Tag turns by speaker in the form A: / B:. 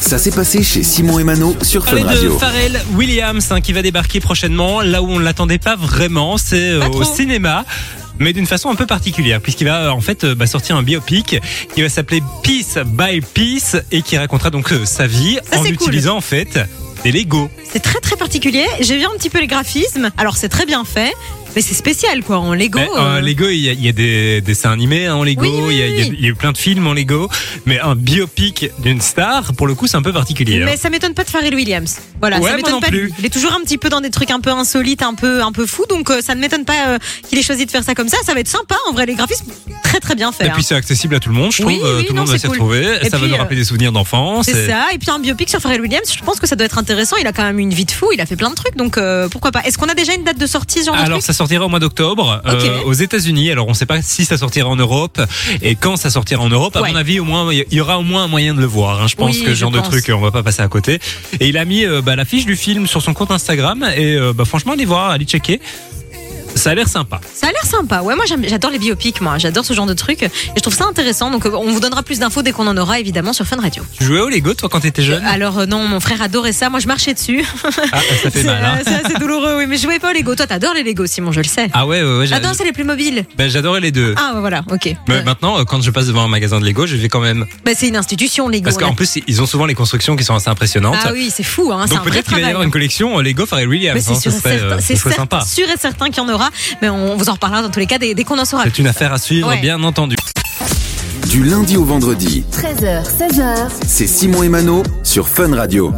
A: Ça s'est passé chez Simon et Mano sur Fun
B: Parler de
A: Radio.
B: Pharrell Williams hein, qui va débarquer prochainement là où on ne l'attendait pas vraiment, c'est euh, au
C: trop.
B: cinéma. Mais d'une façon un peu particulière, puisqu'il va euh, en fait euh, bah, sortir un biopic qui va s'appeler Peace by Peace et qui racontera donc euh, sa vie
C: Ça,
B: en
C: c'est cool.
B: utilisant en fait des Lego.
C: C'est très très particulier. J'ai vu un petit peu les graphismes. Alors c'est très bien fait, mais c'est spécial quoi en Lego.
B: Mais, euh,
C: euh,
B: Lego, il y, a- il y a des dessins animés hein, en Lego,
C: Oui, oui,
B: il y a-
C: oui,
B: il y, a-
C: oui.
B: il y a eu plein de films en Lego, mais un biopic d'une star, pour le coup, c'est un peu particulier. hein.
C: Mais ça m'étonne pas de Pharrell Williams. Voilà,
B: Ouais,
C: ça
B: moi
C: m'étonne
B: non
C: pas. de lui.
B: plus.
C: Il est toujours un petit peu dans des trucs un peu insolites, un peu un peu fous, donc euh, ça ne m'étonne pas euh, qu'il ait choisi de faire ça comme ça. Ça va être sympa en vrai. Les graphismes très très bien faits.
B: Et puis
C: hein.
B: c'est accessible à tout le monde, je trouve.
C: Oui,
B: euh,
C: oui,
B: tout le
C: non,
B: monde va
C: c'est
B: s'y
C: cool.
B: retrouver. ça
C: Et
B: va
C: puis, euh,
B: nous rappeler des souvenirs d'enfance.
C: C'est
B: et-
C: ça. Et puis un biopic sur Pharrell Williams, je pense que ça doit être intéressant. Il a quand même une vie de fou. Il a fait plein de trucs, donc euh, pourquoi pas. Est-ce qu'on a déjà une date de sortie, ce genre de
B: Alors,
C: truc
B: ça sortira au mois d'octobre euh,
C: Ah, Ok.
B: aux États-Unis. Alors, on ne sait pas si ça sortira en Europe et quand ça sortira en Europe. À
C: Ouais.
B: mon avis, au moins, il y aura au moins un moyen de le voir. hein. Je pense
C: Oui,
B: que ce
C: je
B: genre
C: pense.
B: de truc, on va pas passer à côté. Et il a mis euh, bah, l'affiche du film sur son compte Instagram. Et euh, bah, franchement, allez voir, allez checker. Ça a l'air sympa.
C: Ça a l'air sympa. Ouais, moi j'aime- j'adore les biopics, moi. J'adore ce genre de trucs. Et je trouve ça intéressant. Donc euh, on vous donnera plus d'infos dès qu'on en aura, évidemment, sur Fun Radio.
B: Tu jouais au Lego, toi, quand t'étais jeune
C: Alors euh, non, mon frère adorait ça. Moi je marchais dessus.
B: Ah, ça fait
C: C'est
B: mal. hein.
C: euh, c'est assez douloureux, oui. Mais je jouais pas aux Lego. Toi t'adores les Lego, Simon, je le sais.
B: Ah ouais, ouais, ouais. j'a-
C: Ah non, c'est les plus mobiles.
B: bah, J'adorais les deux.
C: Ah voilà, ok.
B: Mais
C: Ouais.
B: maintenant, euh, quand je passe devant un magasin de Lego, je vais quand même.
C: Bah, c'est une institution, Lego.
B: Parce
C: On
B: qu'en
C: a-
B: plus, ils ont souvent les constructions qui sont assez impressionnantes.
C: Ah oui, c'est fou, hein. C'est un
B: Donc
C: vrai
B: peut-être qu'il va y
C: travail.
B: avoir une collection euh, Lego Pharrell Williams.
C: Mais c'est
B: hein, ce
C: sûr, et
B: serait, euh,
C: certain-
B: ce
C: c'est
B: serait
C: certain-
B: sympa.
C: sûr et certain qu'il y en aura, mais on vous en reparlera dans tous les cas dès, dès qu'on en saura.
B: C'est une affaire à suivre,
C: Ouais.
B: bien entendu.
A: Du lundi au vendredi,
D: 13h, 16h,
A: c'est Simon et Mano sur Fun Radio.